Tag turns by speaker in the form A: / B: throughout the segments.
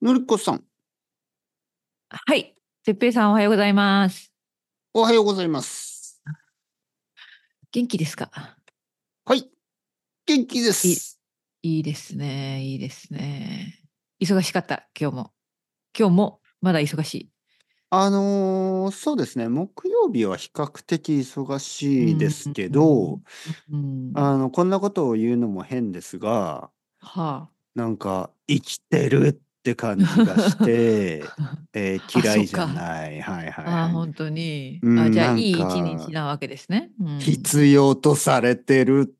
A: のりこさん、
B: はい。てっぺいさんおはようございます。
A: おはようございます。
B: 元気ですか
A: はい。元気です。
B: いいですね。いいですね。忙しかった、今日も。今日もまだ忙し
A: あのーそうですね。木曜日は比較的忙
B: い。
A: しいですけど、
B: うん。うんは
A: あの、こんなことを言うのも変ですが、
B: あ。
A: なんか、生きてるって感じが して、えー
B: あ
A: 嫌いじゃ
B: そっか
A: ない。はいはい、
B: ああ、
A: は
B: 本当に。
A: うん
B: あじゃ
A: な
B: あ、
A: ん
B: いい一
A: か
B: 日なわけですね。うん
A: い。必要とされてる。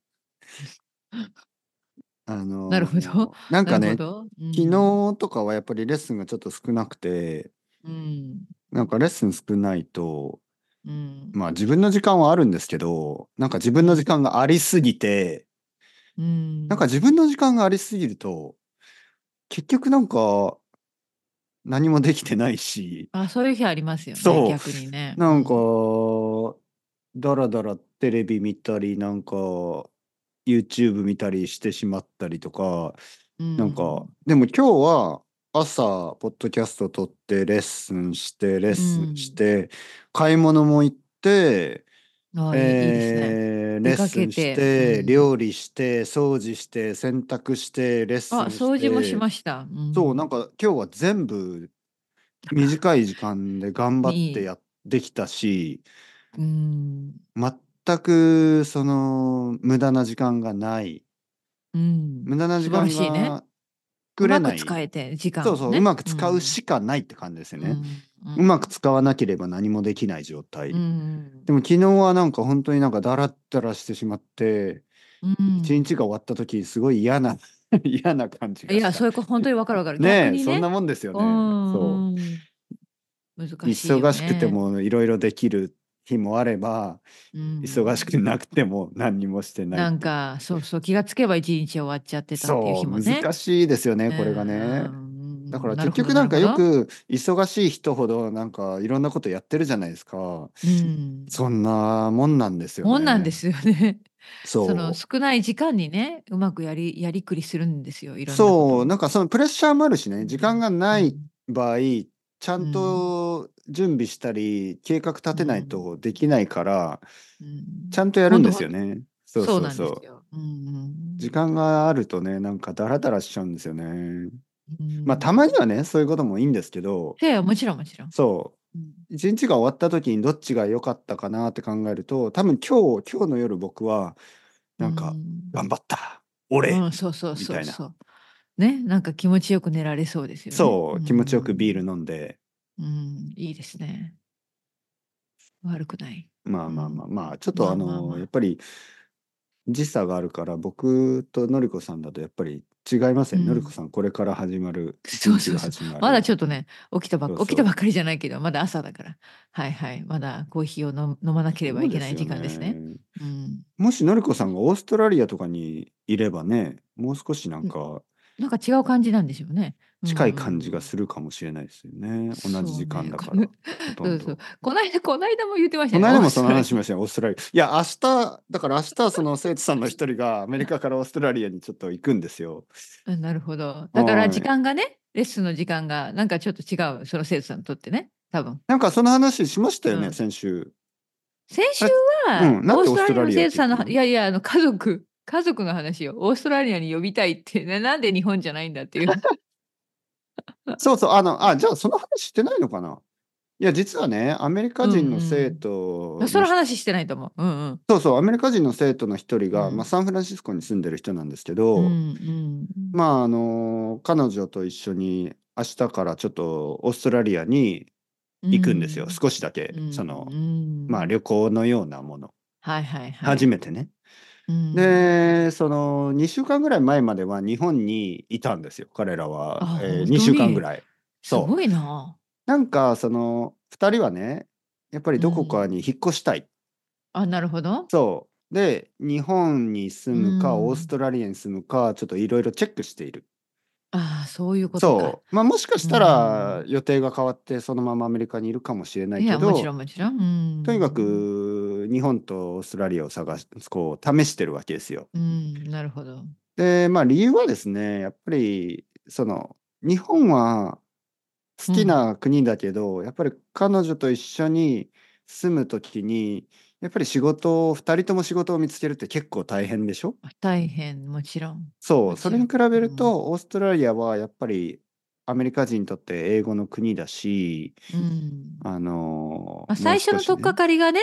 A: あの
B: なるほど
A: ーなんか
B: な
A: ね
B: る、ほどうん
A: 昨日とかはやっぱりレッスンがちょっと少なくて、
B: うん。
A: なんかレッスン少ないと、
B: うん。
A: まあ自分の時間はあるんですけど、なんか自分の時間がありすぎて、
B: うん
A: なんか、自分の時間がありすぎると、結局なんか何もできてないし、
B: あそういう日ありますよね。
A: そう
B: 逆にね。
A: なんか
B: う、
A: だらだらテレビ見たり、なんか YouTube 見たりしてしまったりとか、
B: ん、
A: なんか、でも今日は朝、ポッドキャスト撮って、レッスンして、レッスンして、買い物も行って、
B: うんあいいいいですね。
A: えーレ
B: 出
A: ッ
B: か
A: ス
B: けて
A: ンして、
B: うん
A: 料理して、掃除して、洗濯して、レッスン
B: あ、
A: して。
B: 掃除もしました。
A: そう、なん
B: か、
A: か今日は全部短い時間で頑張って
B: いい
A: やっできたし、
B: うん、
A: 全くその無駄な時間がない。
B: うん、
A: 無駄な時
B: 素晴
A: 間
B: らしいね
A: が作れ
B: うま
A: ない。
B: く使えて時間を
A: そ
B: ね、
A: うそう、うまく使うしかないって感じです
B: う
A: よね。
B: ん、うん、
A: うまく使わなければ何もできない状態。
B: うん、
A: でも昨日はなんか本当になんかだらだらしてしまって、
B: うん
A: 一日が終わった時すごい嫌な 嫌な感じが
B: い
A: した。
B: や、そういう子本当にわかるわかる。
A: ねえ
B: 逆に
A: そんなもんですよね。そう
B: うん難しいよね。
A: 忙しくて、もいろいろできる日もあれば、
B: うん
A: 忙しくなくても何にもしてない。
B: なんか、そうそう、気がつけば一日終わっちゃってたっていう
A: そ
B: 日
A: う
B: もね。
A: 難しいですよね、これがね。
B: うん
A: だから
B: なる
A: 結局
B: ほど
A: なんかよ
B: なる
A: く忙しい人ほどなんかいろんなことやってるじゃないですか。
B: ほどうん、
A: そんなもんなんですよね。
B: もんなんですよね。
A: そう。
B: その少ない時間にね、うまくやりやりくりするんですよ。いろんなこと
A: そ
B: を
A: う、なんかそのプレッシャーもあるしね、時間がない
B: うん
A: 場合、ちゃんと準備したり、計画立てないとできないから、
B: うん
A: ちゃんとやるんですよね。そう
B: そ
A: そうう
B: なんです
A: そう。
B: よ。うん
A: 時間があるとね、なんかダラダラしちゃうんですよね。
B: うん
A: まあ、たまにはね、そういうこともいいんですけど、
B: いやいやもちろんもちろん。
A: そう。
B: うん
A: 一日が終わった時にどっちが良かったかなって考えると、多分今日、今日の夜僕は、なん
B: う
A: か、頑
B: ん
A: 張った俺、
B: うん、そうそう
A: み
B: そ
A: た
B: う
A: いな
B: そう。ね、なんか気持ちよく寝られそうですよね。
A: そう、気持ちよくビール
B: の。
A: 飲んで、
B: うん、いいですね。悪くない。
A: まあまあまあまあ、ちょっ
B: ま
A: と
B: あ
A: あ
B: まあま
A: の、
B: あ
A: やっぱり時差があるから、僕とのりこさんだとやっぱり違いますね。
B: うん
A: のりこさん、これから始まる。
B: そう
A: 一日
B: そう
A: が
B: そう
A: 始まる
B: まだちょっとね、起きたばっ
A: そうそう
B: 起きたばっかりじゃないけど、まだ朝だから。はいはい。まだコーヒーを飲飲まなければいけない時間ですね。
A: そうよ
B: うん、
A: もしのりこさんがオーストラリアとかにいればね、もう少しなんか
B: なんか違う感じなんでしょうね。
A: 近い感じがす
B: る。
A: るかもしれないですよね。
B: そう
A: 同
B: ね
A: じ時間だから。
B: この
A: ほと
B: そ
A: ん
B: う
A: ど
B: そう。こないだ、こないだも言ってました
A: こ
B: ね。
A: の間も その
B: オー
A: 話
B: ス
A: しましたよ、オーストラリア。いや、明日、だから明日、その生徒さんの一人がアメリカからオーストラリアにちょっと行くんですよ。
B: トラリア。あなるほど。だから
A: はい
B: 時間がね、レッスンの時間が、なんかちょっと違う、その生徒さんにとってね、多分。
A: なんかその話しましたよね、
B: うん
A: 先週。
B: 先週
A: う
B: は、
A: んなん
B: オ
A: で
B: ー
A: オース
B: ストラリアの
A: トラリアって言っ
B: 生徒
A: てん
B: さん
A: の
B: の、いやいや、あの家族、 家族の話をオーストラリアに呼びたいって、ななんで日本じゃないんだっていう。
A: そうそう、あの、あ、じゃあその話してないのかないや、実はね、アメリカ人の生徒の人、
B: その話してないと思う。うん
A: そうそう、アメリカ人の生徒の一人が、
B: うん
A: まあ、サンフランシスコに住んでる人なんですけど、
B: うん。うんうん
A: まあ、あの、彼女と一緒に明日からちょっとオーストラリアに行くんですよ、少しだけ、
B: うん
A: その
B: う、ん
A: まあ、旅行のようなもの、
B: はいはいはい。
A: 初めてね。
B: うん、
A: で、その、2週間ぐらい前までは日本にいたんですよ、彼らは
B: あ。
A: え
B: 本当
A: 2
B: に
A: 週間ぐらい。
B: す
A: そう
B: ごいな。
A: なんかその2人はねやっぱりどこか
B: うん
A: に引っ越したい、
B: あ、なるほど。
A: そうで日本に住むか、
B: うん
A: オーストラリアに住むかちょっといろいろチェックしている
B: ああ、そういうことか。
A: そうまあもしかしたら
B: う
A: 予定が変わってそのままアメリカにいるかもしれない
B: い
A: け
B: や、もち
A: ど
B: ろんもちろん。うん、
A: とにか、く日本とオーストラリアを探しこう試してるわけですよ
B: うん、なるほど。
A: でまあ理由はですねやっぱりその日本は好きな国だけど、やっぱり彼女と一緒に住むときに、やっぱり仕事を、二人とも仕事を見つけるって結構大変でしょ
B: 大変、もちろん。
A: そ
B: も
A: う、
B: ち
A: そ
B: ろん
A: れに比べる
B: う
A: と、オーストラリアはやっぱりアメリカ人にとって英語の国だし、
B: うん。
A: あの
B: まあ、最初の取っかかりがね、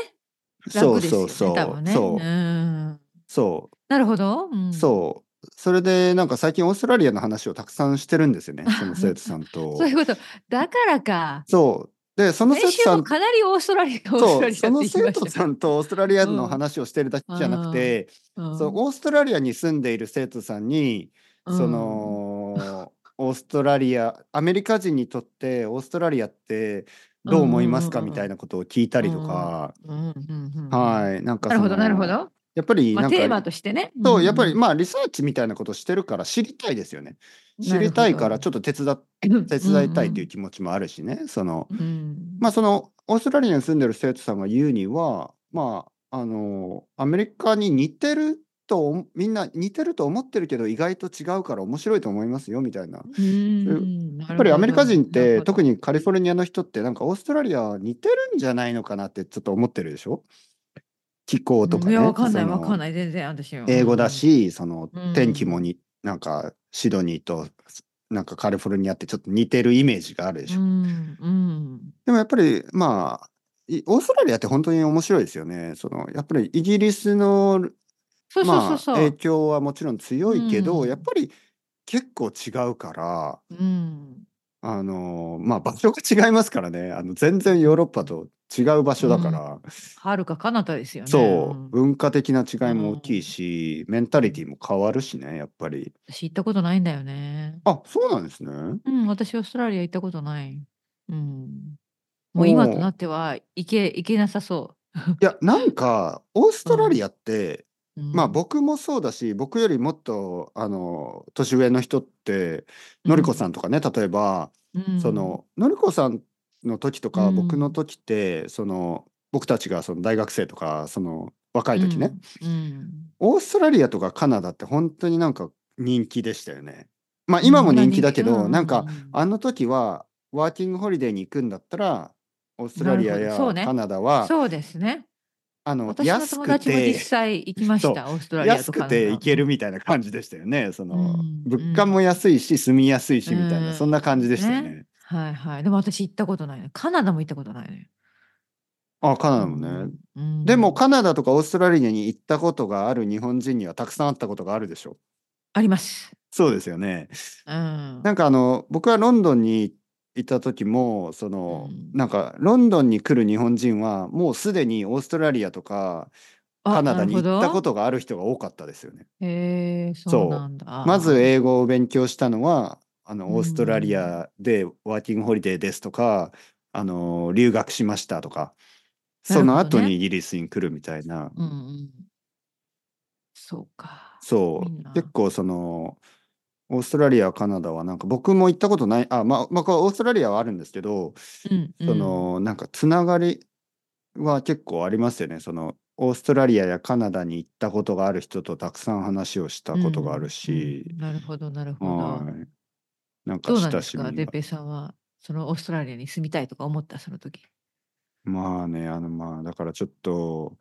A: そ
B: 楽
A: う
B: です
A: そ
B: よね、
A: うそう、
B: 多分ね。
A: そうう、
B: ん。
A: そ
B: なるほど。うん、
A: う、そう。それで、なんか最近オーストラリアの話をたくさんしてるんですよ ね、その生徒さんと。
B: そういうこと。だからか。
A: そう。で、その生徒
B: 先週
A: さん
B: もかなりオーストラリア、オースト
A: そ
B: ラ
A: う、
B: リ
A: そ
B: ア
A: の
B: って言
A: 生
B: いまし
A: 徒
B: たけど
A: さんとオーストラリアの
B: うん
A: 話をしてるだけじゃなくて、
B: うん
A: そうオーストラリアに住んでいる生徒さんに、
B: うん
A: そのオーストラリアアメリカ人にとってオーストラリアってどう思いますか
B: うんう
A: み
B: んうん
A: たいなことを聞いたりとか、
B: うんうんうんうん
A: はいなんか
B: なる
A: その
B: ほど、なるほど。
A: やっぱり
B: ま
A: な
B: あ、
A: んか、
B: テーマとしてね。
A: そうやっぱり
B: うん
A: まあリサーチみたいなことしてるから知りたいですよね
B: うん
A: 知りたいからちょっと手伝っ
B: うん
A: 手伝いたいという気持ちもあるしね、その
B: うん
A: まあそのオーストラリアに住んでる生徒さんが言うにはまああのアメリカに似てると思みんな似てると思ってるけど意外と違うから面白いと思いますよみたいな。
B: うん
A: やっぱりアメリカ人って特
B: に
A: にカリフォルニアの人ってなんかオーストラリアは似てるんじゃないのかなってちょっと思ってるでしょ気候とかね。
B: いや、わかんない、
A: その
B: わかんない、全然私は。
A: 英語だし、その
B: うん
A: 天気もに、なんかシドニーとなんかカリフォルニアってちょっと似てるイメージがあるで
B: う
A: しょ。
B: ん。うん。
A: でもやっぱりまあいオーストラリアって本当に面白いですよね。そのやっぱりイギリスの
B: そうそう
A: ま
B: そう
A: あ
B: そう。
A: 影響はもちろん強いけど、
B: うん
A: やっぱり結構違うから
B: うん。
A: あのまあ場所が違いますからねあの全然ヨーロッパと違う場所だから、
B: はるか彼方ですよね。
A: そう、
B: ん
A: 文化的な違いも大きいし、メンタリティも変わるしねやっぱり。
B: 私行ったことないんだよね。
A: あそうなんですね。
B: うん、私オーストラリア行ったことない。うん。もう今となっては行け行けなさそ
A: いやなんかオーストラリアって、
B: う。うん
A: まあ僕もそうだし僕よりもっとあの年上の人ってのりこさんとかね例えば、
B: うん
A: そののりこさんの時とか
B: うん
A: 僕の時って、その僕たちがその大学生とかその若い時ね、。
B: うんうん
A: オーストラリアとかカナダって本当になんか人気でしたよね。まあ今も人気だけど、なんか、あの時はワーキングホリデーに行くんだったらオーストラリア
B: なるほ
A: や
B: どそうね
A: カナダ
B: うん
A: は、
B: そうですね。
A: あの
B: 私の
A: 安
B: 友
A: く
B: 達も
A: て
B: 実際行きました、オーストラリア
A: 安
B: とか。
A: くて行けるみたいな感じでしたよね。その、
B: うん
A: 物価も安いし住みやすいしみたいな、
B: うん
A: そんな感じでしたよね。
B: ねはいはい。でも私行ったことないね。カナダも行ったことないね。
A: あカナダもね。
B: うん
A: でもカナダとかオーストラリアに行ったことがある日本人にはたくさん会ったことがあるでしょ。
B: あります。
A: そうですよね。
B: うん。
A: なんかあの僕はロンドンに行った時もその、
B: うん
A: なんかロンドンに来る日本人はもうすでにオーストラリアとか
B: あ
A: カナダに行ったこ。
B: なるほど
A: とがある人が多かったですよね。
B: へえ、そ
A: そうう
B: なんだ。
A: まず英語を勉強したのはあ
B: うん
A: のオーストラリアでワーキングホリデーですとか、あの留学しましたとか
B: なる
A: そ
B: ほどね
A: の後にイギリスに来るみたいな
B: うんうん。そうか。
A: そ
B: いいな
A: う結構そのオーストラリアカナダはなんか僕も行ったことないあまあ、まあ、これオーストラリアはあるんですけど、
B: うんうん
A: そのなんかつながりは結構ありますよねそのオーストラリアやカナダに行ったことがある人とたくさん話をしたことがあるし
B: うんう、んなるほど、なるほ
A: は
B: ど。
A: いなんか
B: どうなん
A: 親
B: です
A: し
B: か、
A: み
B: デ
A: が
B: ペさんは。そのオーストラリアに住みたいとか思った、その時。
A: まあね、あのまあだからちょっと、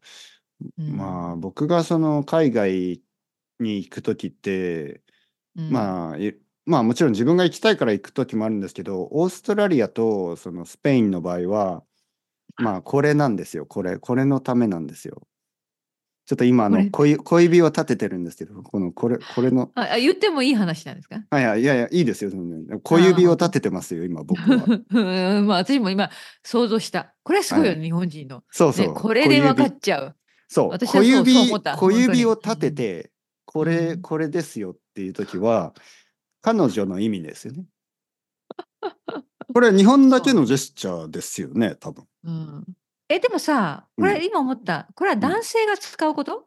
B: うん
A: まあ僕がその海外に行く時って、
B: うん
A: まあいまあもちろん自分が行きたいから行く時もあるんですけど、オーストラリアとそのスペインの場合は、まあこれなんですよ、これ、これのためなんですよ。ちょっと今あ
B: これ
A: の小指小指を立ててるんですけど、このこれ、これの、
B: ああ言ってもいい話なん ですか
A: あいやいやいや、いいですよ、全然小指を立ててますよ、今僕は。
B: うんまあ私も今想像した。これすごいよ、
A: は
B: ね、日本人の。
A: そう
B: ね
A: そう、
B: これで
A: 小
B: 分
A: 指
B: かっちゃう。
A: そう、
B: 私は
A: 小
B: そう
A: 指
B: そう思った
A: 小
B: 本当に
A: 指を立てて、こ
B: う
A: れ、
B: ん
A: これですよっていう時は、彼女の意味ですよね。これ、日本だけのジェスチャーですよね、多分。
B: うん、えでもさ、こ
A: う
B: れ今思った、これは男性が使うこと、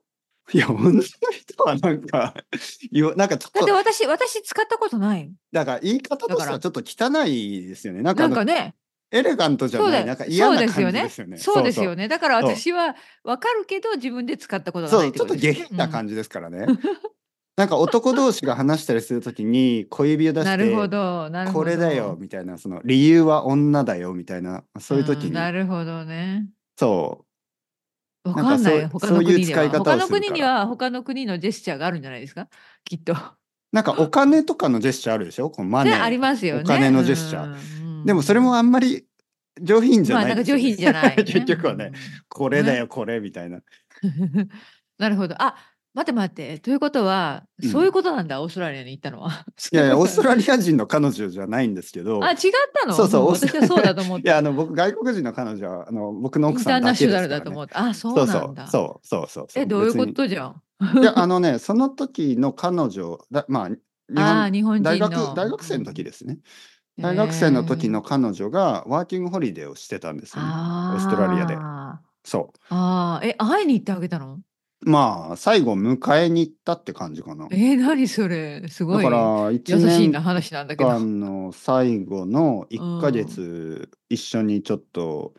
A: いや、女の人はなんか、 言わなんかちょっ
B: だって
A: と、
B: 私、私使ったことない。
A: だから言い方とし
B: だか
A: て
B: ら
A: はちょっと汚いですよね。なんか
B: な
A: あ
B: ん
A: の
B: かね、
A: エレガントじゃ
B: そう
A: な
B: だ
A: い、なん
B: よ
A: か嫌
B: そう
A: な
B: で
A: 感
B: すよ
A: じで
B: ね
A: すよね。。
B: そうですよね。だから
A: そう
B: 私は分かるけど、自分で使ったことが
A: そ
B: ないうって
A: ちょ
B: こ
A: っと
B: とですよ。
A: 下品な感じですからね。なんか男同士が話したりするときに小指を出して
B: なるほど、なるほど。
A: これだよみたいなその理由は女だよみたいなそういう時
B: ん
A: に
B: なるほどね。
A: そ
B: わかんない
A: なんかそう
B: 他の国
A: そういう
B: で
A: 使
B: は。
A: い方をするか
B: 他
A: ら
B: の国には他の国のジェスチャーがあるんじゃないですかきっと。
A: うなんかお金とかのジェスチャーあるでしょこうマ
B: それ
A: ネ
B: はあり
A: ー
B: ますよね。
A: お金のジェスチャ
B: ー。うん
A: でもそれもあんまり上品じゃ
B: ま
A: な
B: あ
A: い
B: なんか
A: ですよ
B: 上
A: ね
B: 品じゃない、ね。
A: 結局はね これだよこれみたいな
B: うん。 なるほど。あ待って待って。ということは、
A: うん
B: そういうことなんだ、オーストラリアに行ったのは。
A: いやいやオースト
B: リ
A: ラリア人の彼女じゃないんですけど
B: あ、違ったの
A: そうそうオース
B: 私はそうだと思っ
A: いや
B: た。
A: あの僕外国人の彼女はあの僕の
B: イン
A: 奥
B: タ
A: さ
B: ー
A: ん
B: ナ
A: だ
B: シ
A: け
B: ョ
A: で
B: ナ
A: すか
B: ルだ
A: ら、
B: と
A: ね
B: 思、った。あ、そう
A: そうそ
B: なん
A: う
B: だ。
A: そうそうそうそう
B: え、どういうこ
A: 別
B: とじゃん。
A: にいやあのねその時の彼女だまあ日
B: ああ、
A: 本
B: 日本人の
A: 大学大学生の時
B: で。
A: ですね大学生の時の彼女がワーキングホリデーをしてたんですよ、ね。
B: オ
A: オーストラリアで
B: あ
A: そ
B: ーあー、え、会いに行ってあげたの
A: う。まあ最後迎えに行ったって感じかな。だ
B: え
A: か
B: ー、何それすごい
A: ら
B: 優
A: 1
B: しい
A: 年
B: な話なんだけど。
A: 間の最後の1ヶ月一緒にちょっと、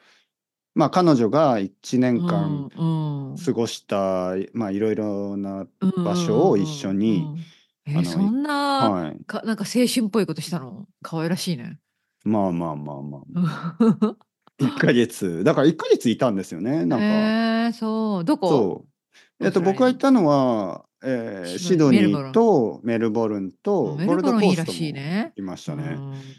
A: まあ彼女が1年間
B: うんうん
A: 過ごした、まあいろいろな、場所を一緒
B: うんうんうん
A: に
B: うんえ
A: あの
B: そんな、
A: はい、
B: かなんか青春っぽいことしたの可愛らしいね。
A: まあまあまあまあ
B: な
A: 1ヶ月だから1ヶ月いたんですよねなんか、
B: えー、そうどこ
A: そう。えっと、
B: オーストラリア
A: 僕が行ったのは、えーシ
B: シ
A: ド
B: ド
A: ニ
B: ニー
A: ーとメルボルンと
B: メ
A: ゴー
B: ル
A: ルド
B: ボ
A: コ
B: ルンいいら
A: ー
B: し
A: ス
B: い
A: トも
B: ね。
A: いましたね。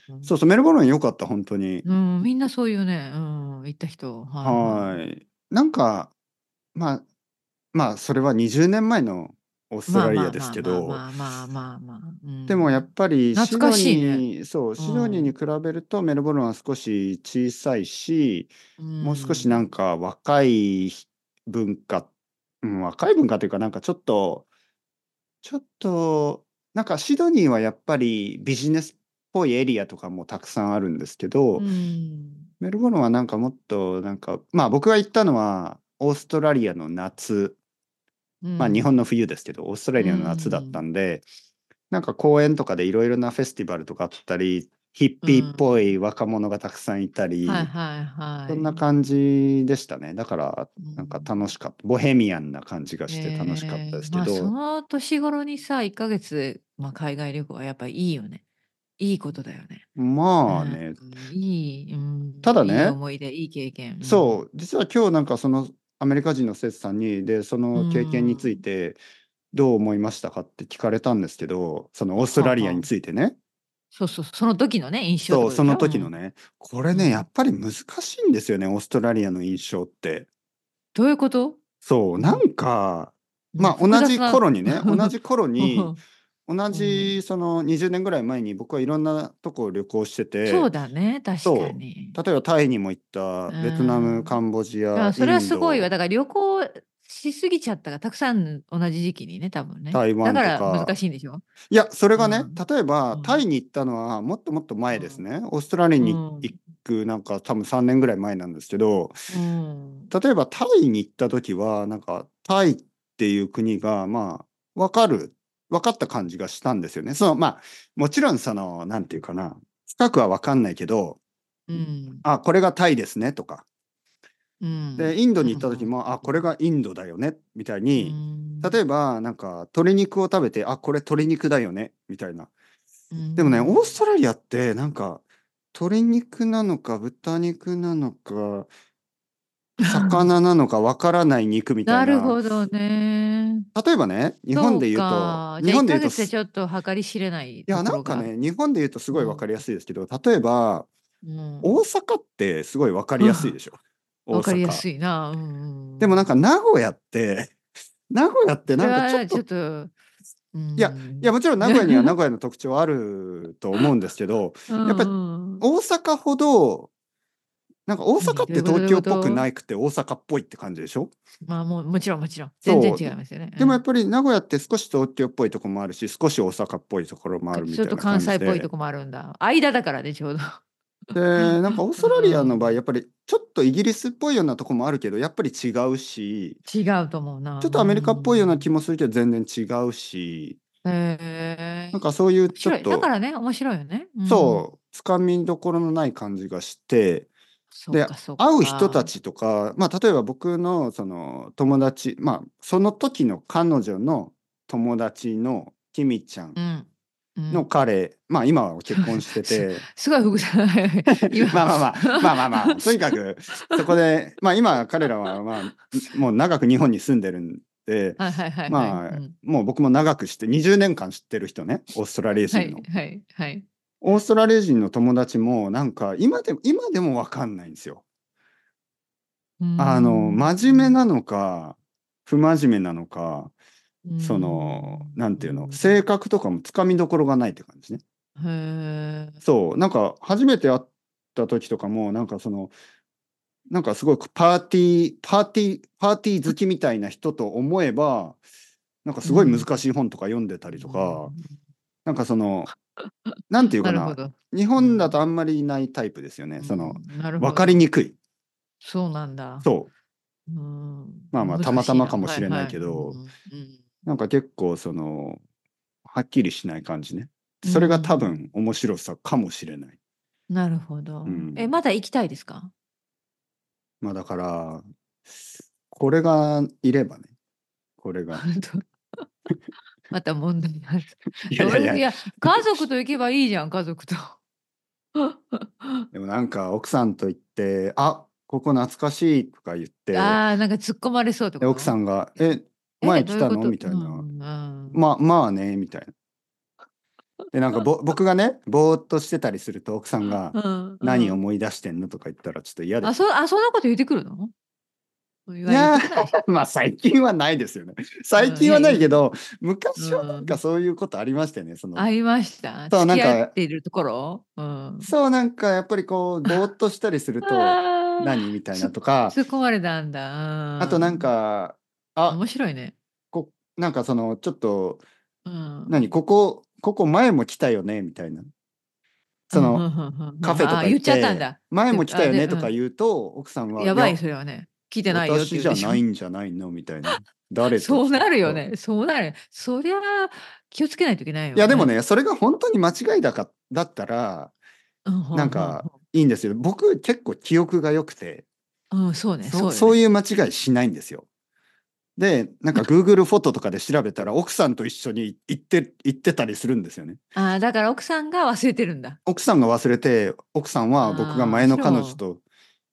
B: うん
A: そうそう、メルボルン良かった、本当に。
B: うん、みんなそういうね、うん、行った人。
A: はーい。なんか、まあ、まあ、それは20年前のオーストラリアですけど、
B: まあまあまあまあまあまあまあ、うん
A: でもやっぱりシド
B: 懐か
A: ニ
B: しいね
A: ーに、そう、シドニーに比べるとメルボルンは少し小さいし、もう少しなんか若い文化、うん、若い文化というかなんかちょっとちょっとなんかシドニーはやっぱりビジネスっぽいエリアとかもたくさんあるんですけど、
B: うん
A: メルボルンはなんかもっとなんかまあ僕が行ったのはオーストラリアの夏、
B: うん
A: まあ日本の冬ですけどオーストラリアの夏だったんで、なんか公園とかでいろいろなフェスティバルとかあったりヒッピーっぽい若者がたくさんいたり、
B: はいはいはい。
A: そんな感じでしたね。だから、なんか楽しかった。ボヘミアンな感じがして楽しかったですけど、
B: えーまあ、その年頃にさ、1ヶ月で、まあ、海外旅行はやっぱいいよね。いいことだよね。
A: まあね、
B: うんいい、うん
A: ただね
B: いい思い出、いい経験。ん
A: そう、実は今日なんかそのアメリカ人の生徒さんに、で、その経験についてどう思いましたかって聞かれたんですけど、そのオーストラリアについてね、
B: そうそう、その時のね、印象
A: そ
B: ってこ
A: う、
B: と
A: その時
B: でしょ
A: の。
B: うん
A: ね、これね、やっぱり難しいんですよね、オーストラリアの印象って。
B: どういうこと
A: そう、なんか、まあ同じ頃に ね、同じ頃に、同じその20年ぐらい前に僕はいろんなとこを旅行してて、
B: そうだね、確
A: そう
B: かに。
A: 例えばタイにも行ったベトナ
B: う
A: ム
B: ん
A: カンボジ
B: だか
A: ア
B: らそれはすごい
A: イ
B: わ。
A: ンド
B: だから旅行しすぎちゃったが、たくさん同じ時期にね、多分ね。
A: 台湾とか
B: だから難しいんでしょ
A: いやそれがね、
B: うん
A: 例えば、
B: うん
A: タイに行ったのはもっともっと前ですね、オーストラリアに
B: うん
A: 行くなんか多分3年ぐらい前なんですけど
B: うん。
A: 例えばタイに行った時はなんかタイっていう国がまあ分かる分かった感じがしたんですよねそのまあもちろんそのなんていうかな深くは分かんないけど
B: うん。
A: あこれがタイですねとか
B: うん
A: でインドに行った時、も、あこれがインドだよねみたいに、例えばなんか鶏肉を食べてあこれ鶏肉だよねみたいな
B: ば
A: でもねオーストラリアってなんか鶏肉なのか豚肉なのか魚なのかわからない肉みた
B: ない
A: な
B: るほどね。
A: 例えばね日本で言うと
B: そかじ
A: 日
B: ゃあ
A: 本で言う
B: 1ヶ
A: と
B: 月でちょっと計り知れない
A: い
B: とこ
A: や
B: ろが。
A: なんかね日本で言うとすごいわかりやすいですけど例えば
B: うん、
A: 大阪ってすごいわかりやすいでしょ大
B: わかりや
A: 阪
B: すいな。うん、
A: でもなん
B: か、
A: か名古屋って名古屋ってなんかちょっと
B: ちょっと。うん
A: いいや、もちろん名古屋には名古屋の特徴はあると思うんですけどやっぱり
B: うん
A: 大阪ほどなんか大阪って
B: どういうこと
A: 東京っぽ
B: どういうこ
A: く
B: と
A: なくて大阪っぽいって感じでしょ
B: まあもうもちろんもちろん
A: そう
B: 全然違いますよね。
A: でもや
B: うん
A: っぱり名古屋って少し東京っぽいとこもあるし少し大阪っぽいところもあるみ
B: ち
A: た
B: ょ
A: い
B: っ
A: な
B: と
A: 感
B: 関
A: じ
B: 西
A: で
B: っぽいとこもあるんだ。間だからねちょうど。
A: でなんかオーストラリアの場合やっぱりちょっとイギリスっぽいようなとこもあるけどやっぱり違うし
B: 違うと思うな。
A: ちょっとアメリカっぽいような気
B: 持
A: もするけど全然違うし
B: ち。へえ
A: なんかそういう
B: 面
A: ちょ
B: 白
A: っ
B: い。だか
A: と
B: らね面白いよね。うん
A: そうつかみどころのない感じがして
B: そう
A: で
B: かそうか。
A: 会う人たちとか、まあ、例えば僕のその友達、まあ、その時の彼女の友達のきみちゃん
B: うん。うん
A: の彼、まあ今は結婚 してて、
B: すご い福さん。今
A: まあまあまあ、まあまあまあ、とにかく、そこで、まあ今彼らは、まあ、もう長く日本に住んでるんで、
B: はいはいはいはい。
A: まあ
B: うん
A: もう僕も長くして、20年間知ってる人ね、オーストラリア人
B: は
A: の。
B: いはいはい。
A: オーストラリア人の友達も、なんか今でも、今でもわかんないんですよ。あの、真面目なのか、不真面目なのか、
B: 目
A: その、なんていうの、
B: へ
A: 性格とかもつかみどころがないって感じですね。
B: え。。
A: そう、なんか初めて会った時とかも、なんかその、なんかすごくパーティー、パーティー、パーティー好きみたいな人と思えば、なんかすごい難しい本とか読んでたりとか、なんかその、なんていううんか
B: なる
A: な、
B: ほど。
A: 日本だとあんまりいないタイプですよね。その、
B: うん、なるほど
A: 分かりにくい。
B: そうなんだ。
A: そう
B: うん
A: まあまあ
B: 難しいな
A: たまたまかもしれないけど
B: はいはいうん
A: う。なんか結構その、はっきりしない感じね。それが多分面白さかもしれない。
B: うんなるほど、
A: うん
B: え、まだ行きたいですか
A: まあだから、これがいればね。これが。
B: 本当また問題がある。
A: い
B: ど
A: や
B: れ
A: い や
B: いや
A: いや。
B: 家族と行けばいいじゃん、家 族と。
A: でもなんか奥さんと行って、あここ懐かしいとか言って、
B: ああ、なんか突っ込まれそうってこ
A: で
B: と
A: 奥さんが、え、
B: え
A: 前来た
B: どううこ
A: の
B: と
A: みたいな。
B: うんうん
A: ま、まあね、みたいな。で、なんか ぼ僕がね、ぼーっとしてたりすると奥さんが、
B: うん
A: 何
B: うん
A: 思い出してんのとか言ったらちょっと嫌で
B: あ
A: す。
B: そあ、そんなこと言ってくるのそう言
A: い
B: われ
A: や
B: ることない
A: ー まあ最近はないですよね。最近はないけど、昔はなんかそういうことありましたよね。その
B: ありました。
A: そうなん
B: 付
A: か
B: き合っているところ、 うん、
A: そうなんかやっぱりこう、ぼーっとしたりする と、
B: あー
A: 何みたいなとか、
B: 突っ込まれたんだ。
A: あとなんか、あ
B: 面白いね。
A: こなんかそのちょっと
B: うん、
A: 何ここここ前も来たよねみたいなその、
B: の
A: カフェとか行って
B: 言っちゃったんだ。
A: 前も来たよ
B: あ
A: ね
B: で
A: とか言うと、奥さんは
B: やばい、
A: や
B: それはね。聞いてないよって
A: 私
B: 言
A: じ
B: う
A: ゃ
B: でしょ
A: ないんじゃないのみたい な誰と
B: そうなるよね。そうなる。そりゃ気をつけないといけないよ、
A: いやでも、ねそれが本当に間違いだかだったら
B: うう
A: なんか、いいんですよ僕結構記憶が良くて
B: うん、そうね。
A: そ
B: そうう
A: そう
B: いう
A: いう間違いしないんですよでなんか Google フォトとかで調べたら奥さんと一緒に行って行ってたりするんですよね
B: あーだから奥さんが忘れてるんだ。
A: 奥さんが忘れて奥さんは僕が前の彼女と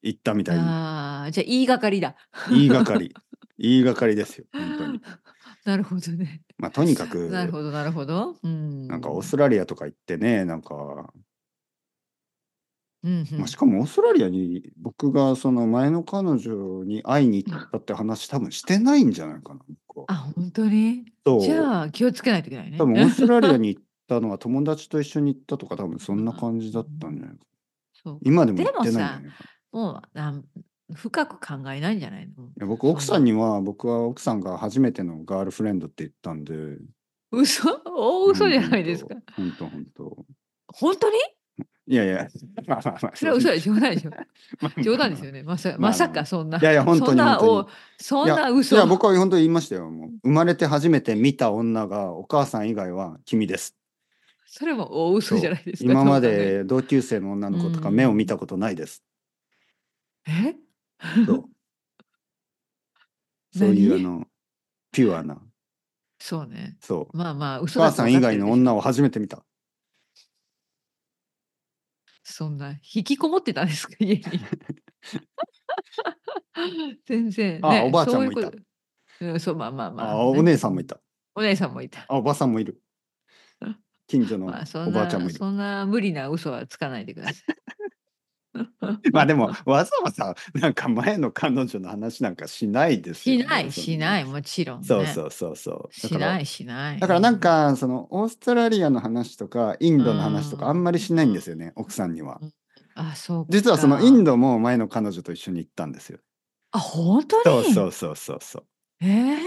A: 行ったみたいな
B: ああ、じゃあ言いがかりだ。
A: 言いがかり言いがかりですよ本当に
B: なるほどね。
A: まあとにかく
B: なるほど、なるほど。うん。
A: なんかオーストラリアとか行ってねなんか、
B: うんうん
A: まあ、しかもオーストラリアに僕がその前の彼女に会いに行ったって話多分してないんじゃないかな僕は
B: あ、本当に
A: そう
B: じゃあ気をつけないといけないね。
A: 多分オーストラリアに 行ったのは友達と一緒に行ったとか多分そんな感じだったんじゃないか
B: そう
A: 今でも行ってないんじゃないかな
B: もうなん深く考えないんじゃない
A: い
B: の
A: や僕奥さんには僕は奥さんが初めてのガールフレンドって言ったんで
B: 嘘大嘘じゃないですか。
A: 本当本当。
B: 本当に
A: いやい や、まあまあまあ。
B: それは嘘で冗談でしょ。 冗談ですよ
A: ね。
B: ね。まさ,、
A: あまあ
B: まさかそんな。
A: いやいや本当に
B: そんな
A: 本
B: おそん
A: いや
B: な嘘。
A: いや、僕は本当に言いましたよ。もう生まれて初めて見た女がお母さん以外は君 です。
B: それも大嘘じゃないですか。
A: 今ま
B: どう考
A: で同級生の女の子とか
B: うん
A: 目を見たことない です。
B: え
A: そう
B: て。
A: そういうあ
B: 何
A: の、ピュアな、
B: そうね。
A: そう。
B: まあまあ
A: お
B: 嘘
A: 母
B: だと
A: さ
B: 分
A: ん
B: か
A: 以外
B: ってるでしょ
A: の女を初めて見た。
B: そんな引きこもってたんですか 家に。全然、
A: あおばあちゃんもいた
B: そううことうん、そうまあまあまあ、
A: あ、お姉さんもい
B: た。
A: た。
B: お姉さんもいた。
A: あ、おばさんもいる。近所の
B: まあそ
A: お
B: ん
A: ばあ
B: な
A: ちゃんもいる。
B: そんな無理な嘘はつかないでくだ さい。
A: まあでも、わざわざ、なんか前の彼女の話なんかしないですよ
B: し
A: ね、
B: ないし
A: そん
B: ないもちろん、ね。
A: そうそうそうそう。だ
B: し
A: から
B: ないしない。
A: だからなんかそのオーストラリアの話とかインドの話と
B: う
A: か
B: ん
A: あんまりしないんですよね奥さんには
B: うん。あそう
A: 実はそのイン
B: ド
A: ドも前の彼女と一緒に行ったんですよ。
B: あ本当
A: そう
B: に
A: そうそうそうそう。
B: えー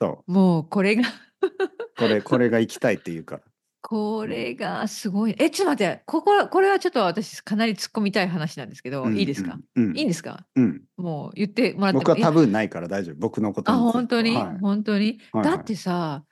A: そう
B: もうこれが
A: これこれが行きたいっていうか。
B: これがすごいえちょっと待ってこここれはちょっと私かなり突っ込みたい話なんですけど、
A: うん
B: いいですか、？
A: うん。
B: いいんですか
A: うん。
B: もう言ってもらっても
A: 僕はい
B: い
A: タブーないから大丈夫。僕のこと
B: あ
A: については。
B: 本当に、
A: はい
B: 本当に、
A: はいはい
B: だってさ